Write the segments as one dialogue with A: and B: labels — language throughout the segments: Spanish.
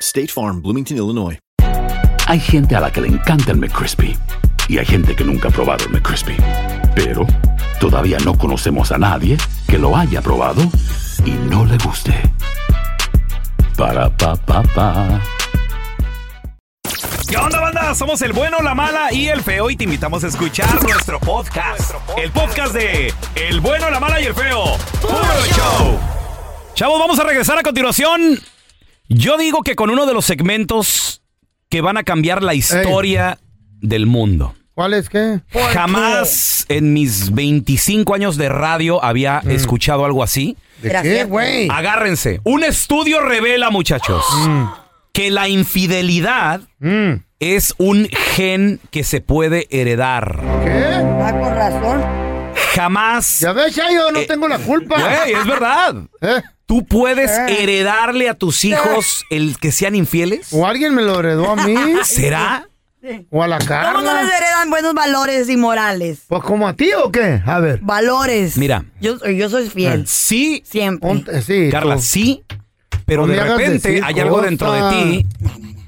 A: State Farm, Bloomington, Illinois.
B: Hay gente a la que le encanta el McCrispy y hay gente que nunca ha probado el McCrispy. Pero todavía no conocemos a nadie que lo haya probado y no le guste. Para pa pa pa.
C: ¿Qué onda, banda? Somos el bueno, la mala y el feo y te invitamos a escuchar nuestro podcast. El podcast de El bueno, la mala y el feo. ¡Puro show! Chavos, vamos a regresar a continuación. Yo digo que con uno de los segmentos que van a cambiar la historia del mundo.
D: ¿Cuál es qué?
C: Jamás en mis 25 años de radio había
D: Mm.
C: escuchado algo así.
D: ¿De qué, güey?
C: Agárrense. Un estudio revela, muchachos, que la infidelidad
D: Mm.
C: es un gen que se puede heredar.
D: ¿Qué?
E: Ah, con razón.
C: Jamás.
D: Ya ves, Chayo, no
C: Eh,
D: tengo la culpa.
C: Güey, es verdad.
D: ¿Eh?
C: ¿Tú puedes heredarle a tus hijos el que sean infieles?
D: O alguien me lo heredó a mí,
C: ¿Será?
D: o a la
E: ¿Cómo no les
D: Carla.
E: heredan buenos valores y morales?
D: Pues como a ti o qué? A ver.
E: Valores.
C: Mira.
E: Yo, yo soy fiel.
C: Sí,
E: Siempre.
D: Ponte, sí.
C: Carla,
D: tú.
C: sí. Pero
D: No
C: de
D: me hagas
C: repente
D: decir
C: hay algo dentro de
D: cosas.
C: ti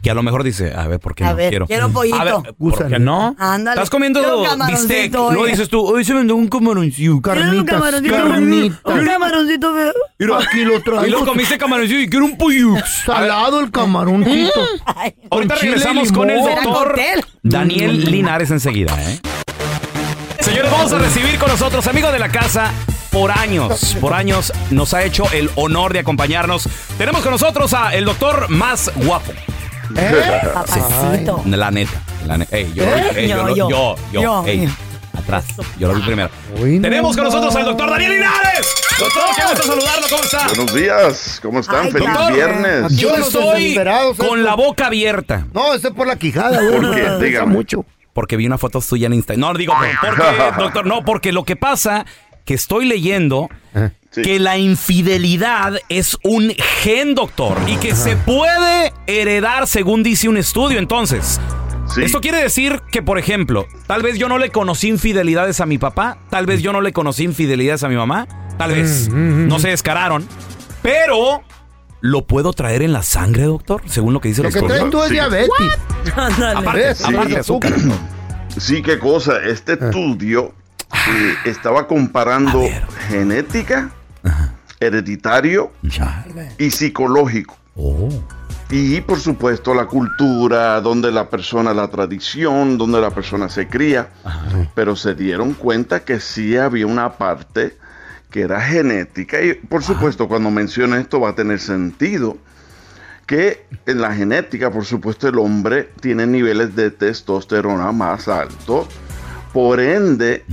C: que a lo mejor dice, a ver, ¿por qué
E: A
C: no
E: ver,
C: quiero?
E: quiero pollito.
C: A ver, ¿por qué
D: Gusano.
C: no?
E: Ándale.
C: Estás comiendo
E: Quiero un
C: bistec.
E: camaroncito,
C: No
E: oiga.
C: dices tú, hoy se me dio un camaroncito.
E: Mira un
D: Carnitas,
E: camaroncito,
D: carnitas.
E: Un camaroncito feo.
C: Mira,
D: Aquí Ah. lo traigo.
C: Y luego comiste camaroncito y quiero un puyux.
D: Salado el camaroncito.
E: Ay,
C: Ahorita
D: Con chile
C: regresamos
D: y
C: con el
D: limón.
E: Era
C: doctor
E: cóctel.
C: Daniel Linares enseguida, ¿eh? Señores, vamos a recibir con nosotros, amigo de la casa, por años, por años nos ha hecho el honor de acompañarnos. Tenemos con nosotros a el doctor más guapo,
D: ¿Eh?
E: papacito.
C: la neta. La neta. Ey, yo,
E: ¿Eh?
C: ey, yo,
E: Yo,
C: lo-
E: yo,
C: yo, yo,
E: yo.
C: ey, atrás, yo lo vi primero.
D: Uy, no
C: Tenemos con nosotros al doctor Daniel Linares. Doctor, qué gusto saludarlo, ¿cómo está?
F: Buenos días, ¿cómo están?
E: Ay,
F: Feliz
E: claro.
F: viernes.
C: Yo
D: Todos
C: estoy
D: desesperados, ¿eh?
C: con
D: estos.
C: la boca abierta.
D: No, ese es por la quijada, güey.
F: ¿Por qué? Dígame. mucho.
C: Porque vi una foto suya en Instagram. No, digo, porque, doctor, no, porque lo que pasa que estoy leyendo
F: Sí.
C: que la infidelidad es un gen, doctor, y que se puede heredar según dice un estudio. Entonces,
F: Sí.
C: esto quiere decir que, por ejemplo, tal vez yo no le conocí infidelidades a mi papá, tal vez yo no le conocí infidelidades a mi mamá, tal vez no se descararon, pero lo puedo traer en la sangre, doctor, según lo que dice el
D: Lo que
C: estudio.
D: traes tú es
F: Sí.
D: diabetes.
E: Ándale.
C: Aparte,
D: Sí.
C: aparte azúcar.
F: Sí, qué cosa. Este estudio eh, estaba comparando
C: A ver.
F: genética, hereditario
C: Chale.
F: y psicológico.
C: Oh.
F: Y por supuesto la cultura, donde la persona, la tradición, donde la persona se cría. Pero se dieron cuenta que sí había una parte que era genética. Y por supuesto, cuando menciono esto va a tener sentido. Que en la genética, por supuesto, el hombre tiene niveles de testosterona más altos. Por ende,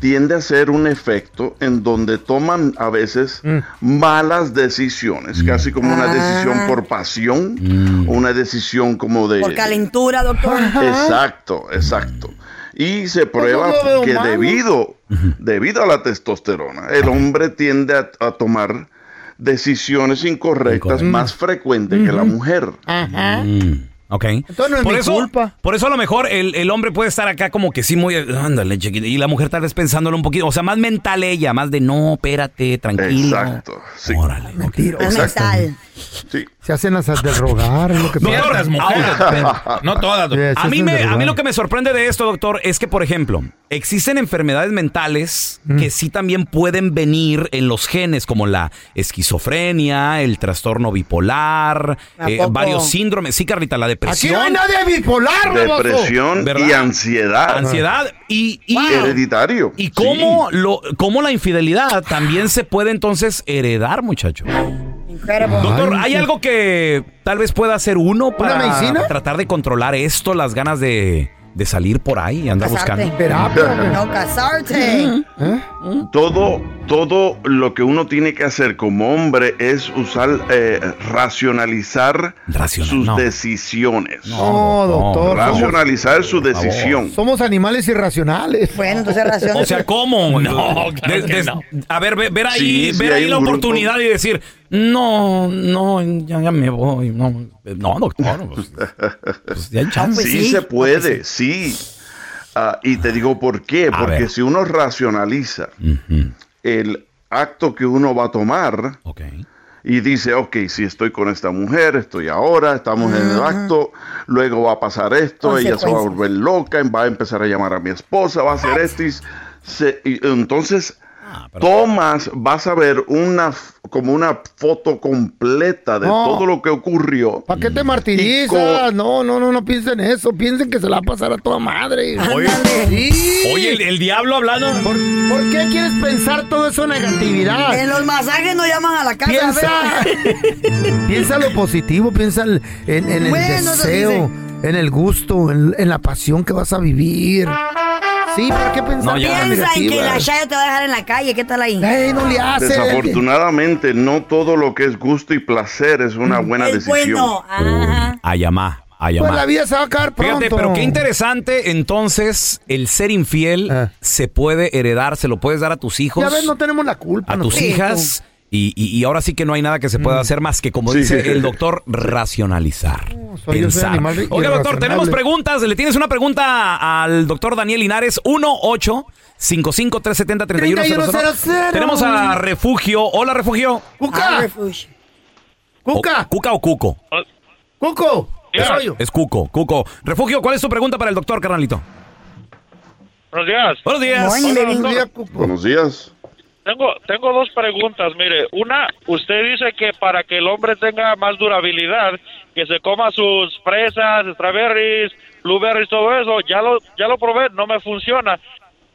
F: tiende a ser un efecto en donde toman a veces malas decisiones, casi como una decisión por pasión, una decisión como de...
E: Por calentura, doctor.
F: Exacto, exacto. Y se prueba
D: no Pues lo veo
F: que
D: malo.
F: debido, debido a la testosterona, el hombre tiende a, a tomar decisiones incorrectas más frecuentes que la mujer.
D: Ajá.
C: Mm, ok.
D: Entonces no es mi
C: eso,
D: culpa.
C: Por eso a lo mejor el, el hombre puede estar acá como que sí muy... Ándale, chiquito. Y la mujer tal vez pensándolo un poquito. O sea, más mental ella, más de no, espérate, tranquilo.
F: Exacto, sí.
C: Órale. ok.
E: Es mental.
F: sí.
D: Se hacen las de rogar, es lo que
C: Doctor,
D: piensas.
C: ahora,
G: No todas,
D: Sí,
G: doctor.
D: se
C: a, mí
D: hacen
C: me,
D: de
C: a mí
D: rogar.
C: lo que me sorprende de esto, doctor, es que, por ejemplo, Existen enfermedades mentales
D: Mm.
C: que sí también pueden venir en los genes, como la esquizofrenia, el trastorno bipolar,
D: ¿A
C: eh,
D: poco?
C: varios síndromes. Sí, Carlita, la
D: Aquí no hay
C: depresión.
D: nadie bipolar, baboso.
F: Depresión y
C: ¿Verdad?
F: ansiedad.
C: Ansiedad y, y-
F: Hereditario.
C: y cómo, lo, cómo la infidelidad también se puede entonces heredar, muchacho.
E: Incredible.
C: Doctor,
D: Ay,
C: ¿hay
D: sí.
C: algo que tal vez pueda hacer uno para
D: medicina?
C: tratar de controlar esto, las ganas de, de salir por ahí, andar
E: Casarte.
C: buscando?
D: Terapia, güey.
E: No casarte.
F: Todo, todo lo que uno tiene que hacer como hombre es usar, eh, racionalizar
C: Racional,
F: sus
C: no.
F: decisiones.
D: No, doctor. somos,
F: Racionalizar su decisión.
D: somos animales irracionales.
E: Bueno, entonces raciones.
C: O sea, ¿cómo? No, A ver, ve- ver ahí,
F: Sí, sí,
C: ver ahí
F: hay
C: la
F: un grupo.
C: oportunidad y decir, no, no, ya, ya me voy. No, no doctor, pues, pues,
D: Ah,
C: ya hay chance.
E: Pues
F: sí,
E: sí,
F: se puede, sí. Ah, y te digo por qué,
C: A
F: porque
C: ver.
F: si uno racionaliza
C: Ujú,
F: el acto que uno va a tomar
C: ok.
F: y dice, ok, si estoy con esta mujer, estoy ahora, estamos en el acto, luego va a pasar esto, ella se va a
E: Consecuencias.
F: volver loca, va a empezar a llamar a mi esposa, va a hacer esto y, se- y entonces
C: Ah, pero-
F: tomas, vas a ver una f- como una foto completa de
D: No.
F: todo lo que ocurrió.
D: ¿Para qué
C: Mm.
D: te martirizas? No, no, no, no piensen eso. Piensen que se la va a pasar a toda madre.
C: Oye,
D: Sí.
C: oye, el, el diablo hablando.
D: ¿Por, por qué quieres pensar todo eso en negatividad?
E: En los masajes no llaman a la casa.
D: Piensa,
E: ¿verdad?
D: piensa lo positivo, piensa el- en, en el
E: Bueno, eso
D: deseo, en el gusto, en, en la pasión que vas a vivir. Sí, ¿para qué pensar
C: No, ya.
D: cosas
E: Piensa en que la
D: negativas?
E: Shaya te va a dejar en la calle. ¿Qué tal ahí?
D: Ey, no le haces.
F: Desafortunadamente, no todo lo que es gusto y placer es una
C: Mm,
F: buena
E: es
F: decisión.
E: bueno. Ajá.
C: Ayamá, ayamá.
D: Pues la vida se va a acabar pronto.
C: Fíjate, pero qué interesante. Entonces, el ser infiel
D: Ah.
C: se puede heredar, se lo puedes dar a tus hijos,
D: Ya ves, no tenemos la culpa.
C: a tus
D: nosotros.
C: hijas. Y, y- y ahora sí que no hay nada que se pueda hacer más que, como
F: Sí,
C: dice
F: sí, sí.
C: el doctor, racionalizar.
D: soy- yo soy
C: pensar.
D: animal de-
C: Oiga, doctor,
D: irracional.
C: tenemos preguntas. Le tienes una pregunta al doctor Daniel Linares, 1-8.
D: 3100.
C: 55-370-3100. Tenemos a Refugio. Hola, Refugio.
E: Ah,
D: Cuca,
E: refugio.
D: Cuca,
C: O- ¿Cuca o Cuco?
D: Cuco. ¿Qué rollo?
C: Es Cuco, Cuco. Refugio, ¿cuál es tu pregunta para el doctor, carnalito?
G: Buenos días.
C: Buenos días.
E: Morning, baby.
D: Un día, Cuco.
F: Buenos días.
G: Tengo, tengo dos preguntas, mire. Una, usted dice que para que el hombre tenga más durabilidad, que se coma sus fresas, strawberries, blueberries, todo eso, ya lo, ya lo probé, no me funciona.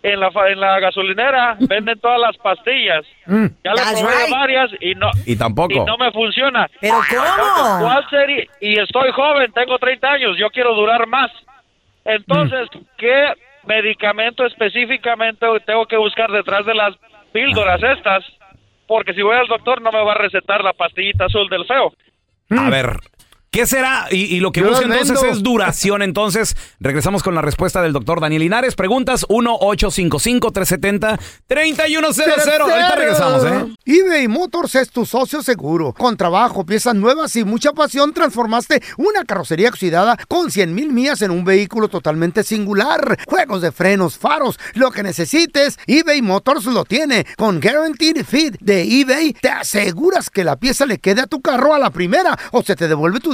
G: En la, fa- en la gasolinera venden todas las pastillas. Ya lo
E: Mm. That's
G: probé
E: right.
G: varias y no,
C: Y tampoco.
G: y no me funciona.
E: Pero
G: Entonces,
E: ¿cómo?
G: ¿cuál sería? Y estoy joven, tengo 30 años, yo quiero durar más. Entonces,
E: Mm.
G: ¿qué medicamento específicamente tengo que buscar detrás de las píldoras estas? Porque si voy al doctor no me va a recetar la pastillita azul del feo.
C: A ver, ¿qué será? Y, y lo que
D: Mm. Yo
C: busca
D: las
C: entonces
D: vendo.
C: es duración. Entonces, regresamos con la respuesta del doctor Daniel Linares. Preguntas 1-855-370-3100. Ahorita regresamos, ¿eh?
D: eBay Motors es tu socio seguro. Con trabajo, piezas nuevas y mucha pasión, transformaste una carrocería oxidada con 100 mil millas en un vehículo totalmente singular. Juegos de frenos, faros, lo que necesites, eBay Motors lo tiene. Con Guaranteed Fit de eBay, te aseguras que la pieza le quede a tu carro a la primera o se te devuelve tu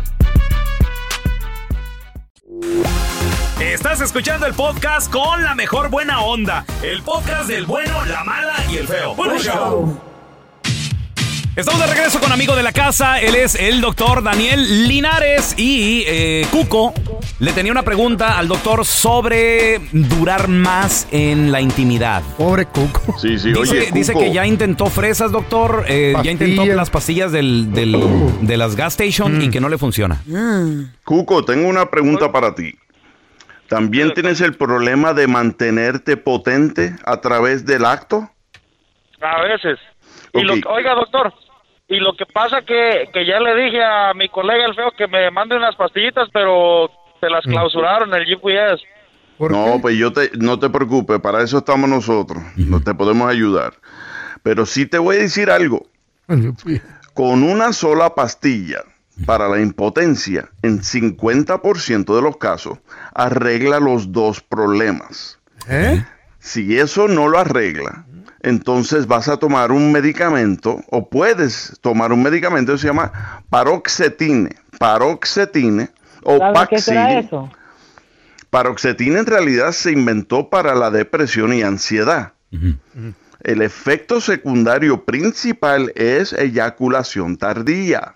C: Estás escuchando el podcast con la mejor buena onda. El podcast del bueno, la mala y el feo. Bueno, show. Estamos de regreso con amigo de la casa. Él es el doctor Daniel Linares y eh, Cuco le tenía una pregunta al doctor sobre durar más en la intimidad.
D: Pobre Cuco.
F: Sí, sí,
C: Dice,
F: oye.
C: dice
F: Cuco,
C: que ya intentó fresas, doctor. eh, ya intentó
F: Pastillas. Uh.
C: las pastillas del, del- de las gas station
F: Mm.
C: y que no le funciona.
F: Cuco, tengo una pregunta para ti. ¿También tienes el problema de mantenerte potente a través del acto?
G: A veces. Y lo
F: Ok.
G: que- oiga, doctor, y lo que pasa que, que ya le dije a mi colega el feo que me mande unas pastillitas, pero se las clausuraron el GPS.
F: No, pues yo te, no te preocupes, para eso estamos nosotros, no te podemos ayudar. Pero sí te voy a decir algo, con una sola pastilla para la impotencia, en 50% de los casos, arregla los dos problemas. Si eso no lo arregla, entonces vas a tomar un medicamento o puedes tomar un medicamento que se llama paroxetine, paroxetine o
H: ¿Sabes qué será
F: Paxil.
H: eso?
F: Paroxetina en realidad se inventó para la depresión y ansiedad. El efecto secundario principal es eyaculación tardía.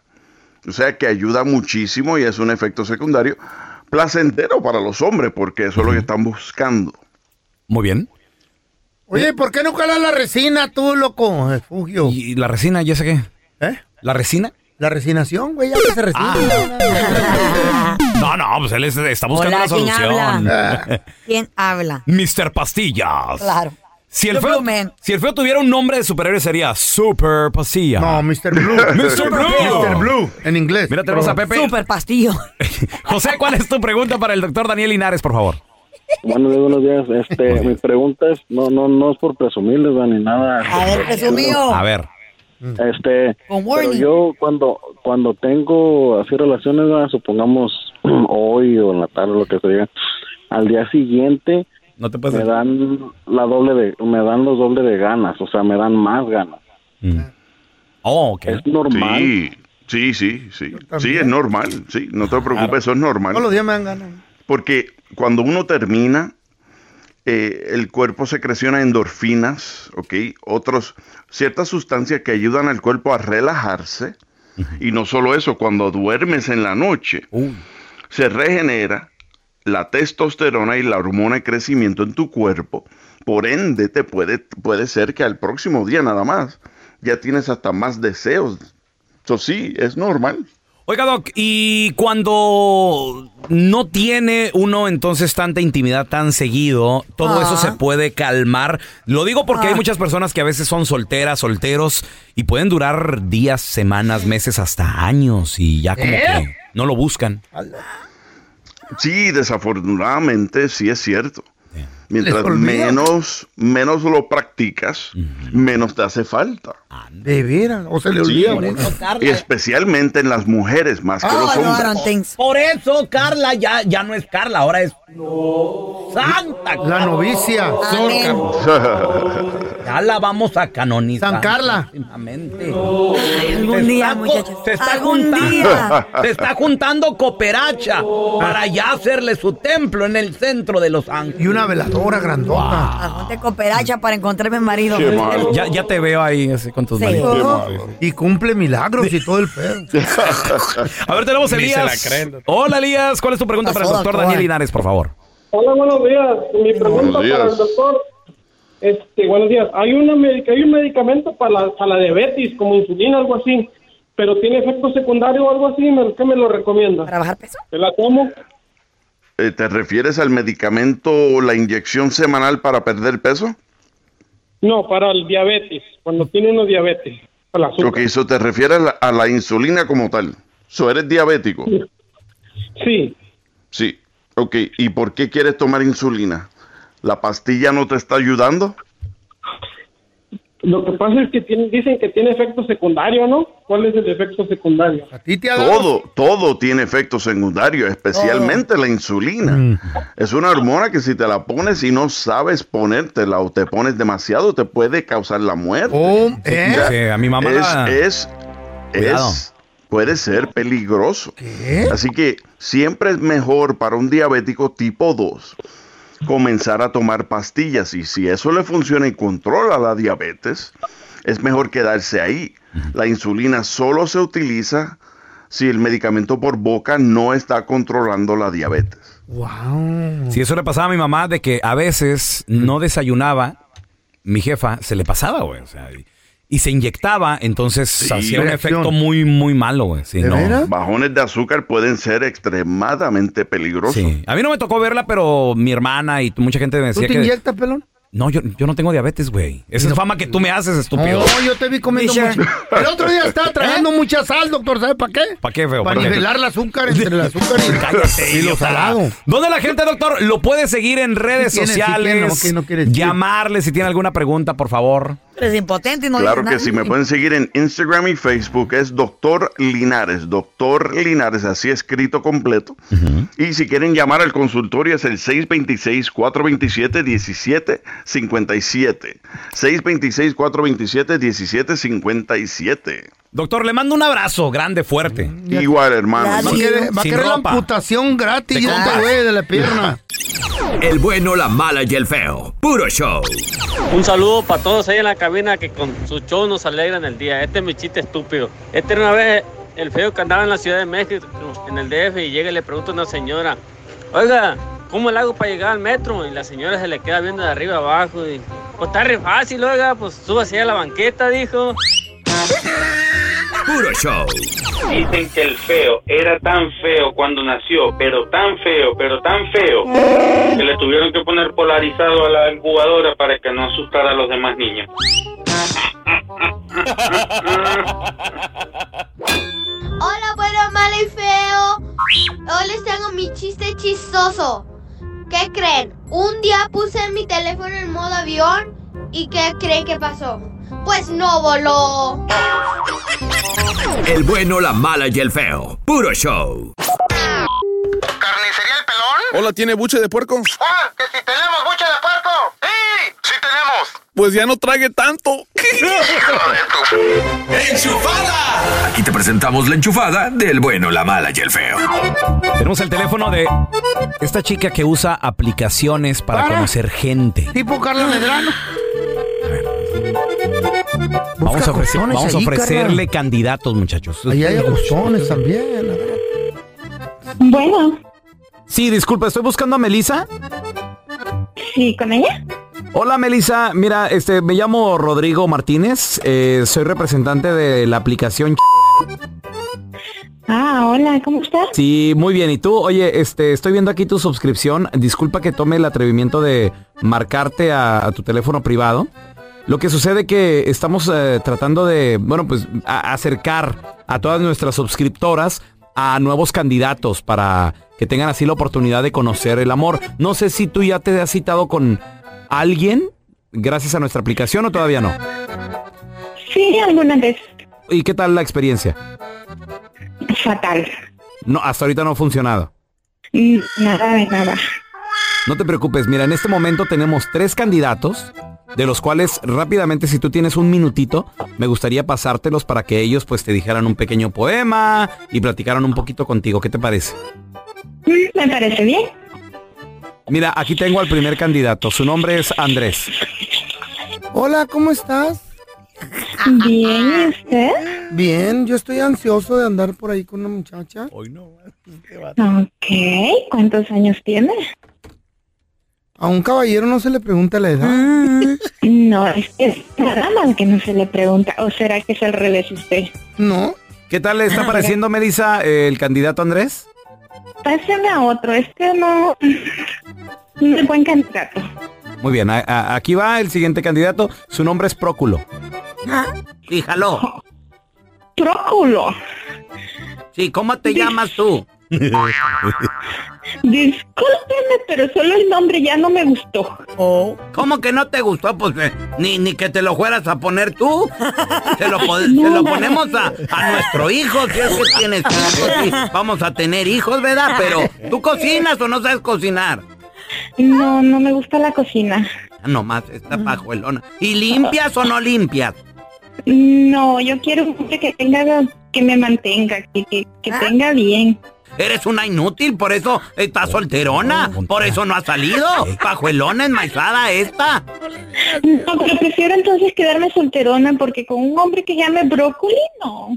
F: O sea que ayuda muchísimo y es un efecto secundario placentero para los hombres porque eso es lo que están buscando.
C: Muy bien.
D: Oye, ¿por qué no calas la resina tú, loco? Refugio.
C: ¿Y la resina, ya sé qué?
D: ¿Eh?
C: ¿La resina?
D: La resinación, güey, ya que se resina.
C: No, no, pues él es- está buscando
E: Hola,
C: la
E: ¿quién
C: solución.
I: Ah.
E: ¿Quién habla?
C: Mr. Pastillas.
E: Claro.
C: Si el,
E: Yo
C: feo,
E: Blue Man.
C: si el feo tuviera un nombre de superhéroe sería Super Pastilla.
D: No, Mr. Blue.
C: Mr. Blue.
D: Mr. Blue, en inglés.
C: Mira, tenemos a Pepe.
E: Super pastillo.
C: José, ¿cuál es tu pregunta para el doctor Daniel Linares, por favor?
I: Buenos días, buenos días. Este, mi pregunta es, no, no, no es por presumirles va, ni nada.
E: A ver, presumido.
C: A ver.
I: Este, Ah.
E: Con
I: pero
E: warning.
I: yo cuando, cuando tengo así relaciones, va, supongamos hoy o en la tarde, lo que sea, al día siguiente
C: No te
I: me dan la doble de, me dan los doble de ganas, o sea, me dan más ganas.
C: Oh, ok.
I: Es normal.
F: Sí, sí, sí. Sí, Sí, es normal. Sí, no te preocupes, eso es normal.
D: Todos los días me dan ganas.
F: Porque cuando uno termina, eh, el cuerpo secreciona endorfinas, ¿ok? Otros, ciertas sustancias que ayudan al cuerpo a relajarse. Y no solo eso, cuando duermes en la noche, se regenera la testosterona y la hormona de crecimiento en tu cuerpo. Por ende, te puede, puede ser que al próximo día nada más ya tienes hasta más deseos. Eso sí, es normal.
C: Oiga, Doc, y cuando no tiene uno entonces tanta intimidad tan seguido, todo eso
J: Ah.
C: se puede calmar. Lo digo porque hay muchas personas que a veces son solteras, solteros, y pueden durar días, semanas, meses, hasta años, y ya como
F: ¿Eh?
C: que no lo buscan.
F: Sí, desafortunadamente sí es cierto. Mientras
C: Les olvida.
F: menos, menos lo practicas, menos te hace falta.
D: De veras, o se le
F: Sí,
D: olvida.
F: por
D: güey.
F: eso. Y especialmente en las mujeres, más que
D: Ah,
F: los
D: no,
F: hombres.
D: Aaron,
J: Por eso Carla ya, ya no es Carla, ahora es Santa
D: La novicia.
J: Ya la vamos a canonizar.
D: San Carla.
J: Próximamente.
D: algún
J: Se
D: día,
J: está co-
D: muchachos.
J: Se está
D: Algún
J: juntando.
D: día.
J: Se está juntando cooperacha para ya hacerle su templo en el centro de Los Ángeles.
D: Y una veladora grandota.
E: Ponte cooperacha para encontrarme marido.
C: Ya, ya te veo ahí así, con tus
E: Sí.
C: manitas.
E: Qué
D: Y cumple milagros y todo el pedo.
C: A ver, tenemos a
D: Ni se la
C: Elías.
D: creen, doctor.
C: Hola, Elías. ¿Cuál es tu pregunta para el
D: Pasó,
C: doctor
D: doctor.
C: Daniel Linares, por favor?
K: Hola, buenos días. Mi pregunta
C: Buenos días.
K: para el doctor. Este, buenos días. Hay, una, medic- hay un medicamento para la, para la diabetes, como insulina, algo así, pero tiene efecto secundario o algo así. ¿me- ¿Qué me lo recomienda? ¿Para
E: bajar peso?
K: ¿Te la tomo?
F: Eh, ¿Te refieres al medicamento o la inyección semanal para perder peso?
K: No, para el diabetes, cuando tiene uno diabetes. Para el azúcar.
F: Lo que hizo te refieres a la, a la insulina como tal. ¿So eres diabético?
K: Sí.
F: Sí. Ok, ¿y por qué quieres tomar insulina? ¿La pastilla no te está ayudando?
K: Lo que pasa es que tiene- dicen que tiene efecto secundario, ¿no? ¿Cuál es el efecto secundario?
F: Todo, todo tiene efectos secundarios, especialmente la insulina. Es una hormona que si te la pones y no sabes ponértela o te pones demasiado, te puede causar la muerte.
C: ¿eh?
F: Ya,
C: Sí, a mi mamá
F: es,
C: la-
F: es,
C: Cuidado.
F: es- puede ser peligroso. Así que siempre es mejor para un diabético tipo 2 comenzar a tomar pastillas y si eso le funciona y controla la diabetes, es mejor quedarse ahí. La insulina solo se utiliza si el medicamento por boca no está controlando la diabetes.
D: Wow.
C: Si eso le pasaba a mi mamá, de que a veces no desayunaba, mi jefa se le pasaba, güey. o sea, y, y se inyectaba, entonces hacía un
F: reacción.
C: efecto muy, muy malo, güey. Sí, no.
F: Bajones de azúcar pueden ser extremadamente peligrosos.
C: Sí. A mí no me tocó verla, pero mi hermana y mucha gente me
D: ¿Tú
C: decía
D: te
C: que.
D: inyectas, pelón?
C: No, yo, yo no tengo diabetes, güey. Esa es fama que tú me haces, estúpido.
D: No, yo te vi comiendo
C: Misha.
D: mucho. El otro día estaba tragando mucha sal, doctor. ¿Sabe para qué?
C: ¿Para qué, feo?
D: Para
C: ¿Para qué?
D: nivelar el azúcar entre el azúcar y,
C: Cállate,
D: y lo
C: idiota.
D: salado.
C: ¿Dónde la gente, doctor, lo puede seguir en redes
D: Si tiene, si
C: sociales?
D: tiene, no, que no quiere decir.
C: llamarle si tiene alguna pregunta, por favor.
E: Eres impotente y no
F: Claro
E: dices
F: que
E: nada.
F: sí, me pueden seguir en Instagram y Facebook, es Doctor Linares, Doctor Linares, así escrito completo. Y si quieren llamar al consultorio es el 626-427-1757. 626-427-1757.
C: Doctor, le mando un abrazo grande, fuerte.
F: Igual, hermano.
D: Va a querer, va a
C: Sin
D: querer la
C: ropa.
D: amputación gratis
C: Te
D: de este
C: compras.
D: güey de la pierna.
H: El bueno, la mala y el feo. Puro show.
L: Un saludo para todos ahí en la cabina que con su show nos alegran el día. Este es mi chiste estúpido. Este era una vez el feo que andaba en la Ciudad de México, en el DF, y llega y le pregunta a una señora, oiga, ¿cómo le hago para llegar al metro? Y la señora se le queda viendo de arriba abajo y, pues está re fácil, oiga, pues súbase a la banqueta, dijo.
H: Puro show.
M: Dicen que el feo era tan feo cuando nació, pero tan feo, pero tan feo, que le tuvieron que poner polarizado a la incubadora para que no asustara a los demás niños.
N: Hola, bueno, malo y feo. Hoy les tengo mi chiste chistoso. ¿Qué creen? Un día puse mi teléfono en modo avión y ¿qué creen que pasó? Pues no voló.
H: El bueno, la mala y el feo. Puro show.
O: Hola, ¿tiene buche de puerco?
P: ¡Ah! ¡Que si tenemos buche de puerco! ¡Sí! ¡Sí tenemos!
O: Pues ya no trague tanto.
H: Aquí te presentamos la enchufada del bueno, la mala y el feo.
C: Tenemos el teléfono de esta chica que usa aplicaciones para,
D: Para.
C: conocer gente.
D: Tipo Carla Medrano.
C: Vamos a, ofrecer-
D: corazones
C: vamos a
D: allí,
C: ofrecerle candidatos, muchachos.
D: Ahí hay abusones también.
Q: Bueno,
C: Sí, disculpa, estoy buscando a Melissa.
Q: sí, con ella.
C: Hola Melissa, mira, este, me llamo Rodrigo Martínez, eh, soy representante de la aplicación.
Q: Ah, hola, ¿cómo estás?
C: Sí, muy bien. Y tú, oye, este, estoy viendo aquí tu suscripción. Disculpa que tome el atrevimiento de marcarte a, a tu teléfono privado. Lo que sucede que estamos eh, tratando de, bueno, pues a- acercar a todas nuestras suscriptoras a nuevos candidatos para que tengan así la oportunidad de conocer el amor. No sé si tú ya te has citado con alguien gracias a nuestra aplicación o todavía no.
Q: Sí, alguna vez.
C: ¿Y qué tal la experiencia?
Q: Fatal.
C: No, hasta ahorita no ha funcionado.
Q: Mm, Nada de nada.
C: No te preocupes, mira, en este momento tenemos tres candidatos, de los cuales rápidamente, si tú tienes un minutito, me gustaría pasártelos para que ellos pues te dijeran un pequeño poema y platicaran un poquito contigo. ¿Qué te parece?
Q: Mm, Me parece bien.
C: Mira, aquí tengo al primer candidato. Su nombre es Andrés.
R: Hola, ¿cómo estás?
Q: Bien, ¿y usted?
R: Bien, yo estoy ansioso de andar por ahí con una muchacha. Hoy no.
S: este
Q: Ok, ¿cuántos años tiene?
R: A un caballero no se le pregunta la
Q: Mm.
R: edad.
Q: No, es que es nada mal que no se le pregunta. ¿O será que es al revés usted?
R: No.
C: ¿Qué tal le está
Q: Ah,
C: pareciendo, Melissa, el candidato Andrés?
Q: Páseme a otro, este no... No es buen candidato.
C: Muy bien, a- a- aquí va el siguiente candidato. Su nombre es Próculo. Fíjalo.
Q: Próculo.
C: Sí, ¿cómo te llamas tú?
Q: Discúlpeme, pero solo el nombre ya no me gustó.
J: Oh. ¿Cómo que no te gustó? Pues eh, ni, ni que te lo fueras a poner tú. Se lo, po- se lo ponemos a, a nuestro hijo, si es que tienes hijos. sí, vamos a tener hijos, ¿verdad? Pero tú cocinas o no sabes cocinar.
Q: No, no me gusta la cocina.
J: Ah, Nomás esta pajuelona. ¿Y limpias o no limpias?
Q: No, yo quiero un hombre que tenga que me mantenga, que, que, que tenga bien.
T: Ah. Eres una inútil, por eso estás solterona. Por eso no has salido. Pajuelona, enmaizada esta.
E: No, pero prefiero entonces quedarme solterona porque con un hombre que llame brócoli, no.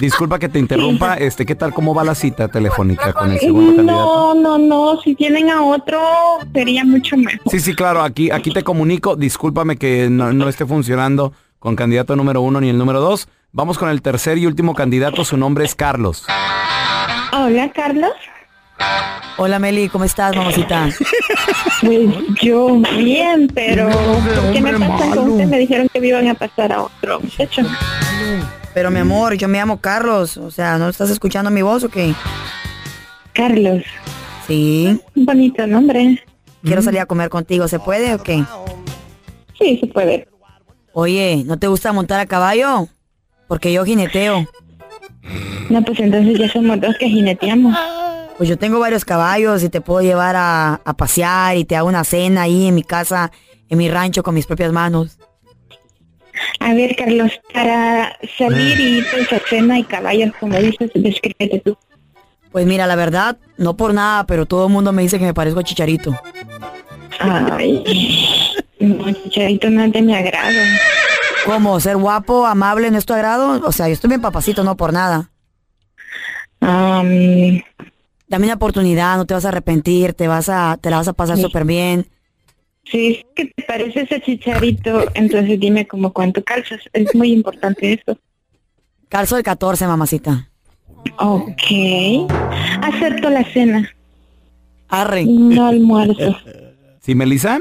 C: Disculpa que te interrumpa, este, ¿qué tal cómo va la cita telefónica con el segundo candidato?
E: No, no, no. Si tienen a otro, sería mucho mejor.
C: Sí, sí, claro, aquí, aquí te comunico, discúlpame que no, no esté funcionando con candidato número uno ni el número dos. Vamos con el tercer y último candidato, su nombre es Carlos.
E: Hola, Carlos.
U: Hola, Meli, ¿cómo estás, mamacita?
E: Pues yo bien, pero ¿por qué me pasan con usted? Me dijeron que me iban a pasar a otro muchacho.
U: Pero mi amor, yo me llamo Carlos. O sea, ¿no estás escuchando mi voz o qué?
E: Carlos.
U: Sí.
E: Bonito nombre.
U: Quiero salir a comer contigo. ¿Se puede o qué?
E: Sí, se puede.
U: Oye, ¿no te gusta montar a caballo? Porque yo jineteo.
E: No, pues entonces ya somos dos que jineteamos.
U: Pues yo tengo varios caballos y te puedo llevar a, a pasear y te hago una cena ahí en mi casa, en mi rancho con mis propias manos.
E: A ver, Carlos, para salir y irse a cena y caballos, como dices, descríbete tú.
U: Pues mira, la verdad, no por nada, pero todo el mundo me dice que me parezco a Chicharito.
E: Ay, no, Chicharito no es de mi agrado.
U: ¿Cómo? ¿Ser guapo, amable, no es tu agrado? O sea, yo estoy bien papacito, no por nada.
E: Um,
U: Dame una oportunidad, no te vas a arrepentir, te vas a, te la vas a pasar súper bien.
E: Si es que te pareces a Chicharito, entonces dime como cuánto calzas. Es muy importante eso.
U: Calzo el 14, mamacita.
E: Ok. Acepto la cena.
U: Arre.
E: No almuerzo.
C: ¿Sí, Melissa?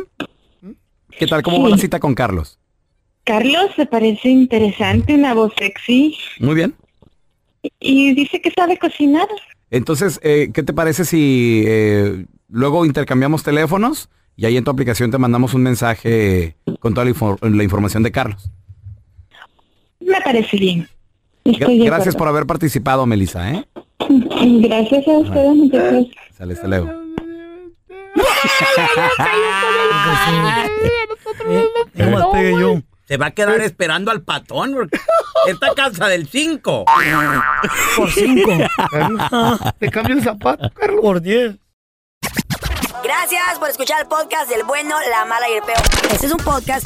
C: ¿Qué tal cómo va la cita con Carlos?
E: Carlos, se parece interesante, una voz sexy.
C: Muy bien.
E: Y dice que sabe cocinar.
C: Entonces, eh, ¿qué te parece si eh, luego intercambiamos teléfonos y ahí en tu aplicación te mandamos un mensaje con toda la, infor- la información de Carlos?
E: Me parece bien.
C: Gra-
E: Estoy de
C: gracias por
E: acuerdo.
C: haber participado, Melissa, ¿eh?
E: Gracias a ustedes, muchachos.
C: Sale, hasta luego.
T: Se va a quedar esperando al patón. porque Esta casa del 5.
S: Por cinco. Te cambio el zapato, Carlos. Por diez.
U: Gracias por escuchar el podcast del bueno, la mala y el peor. Este es un podcast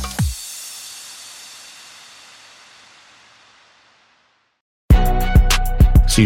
B: Si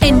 V: En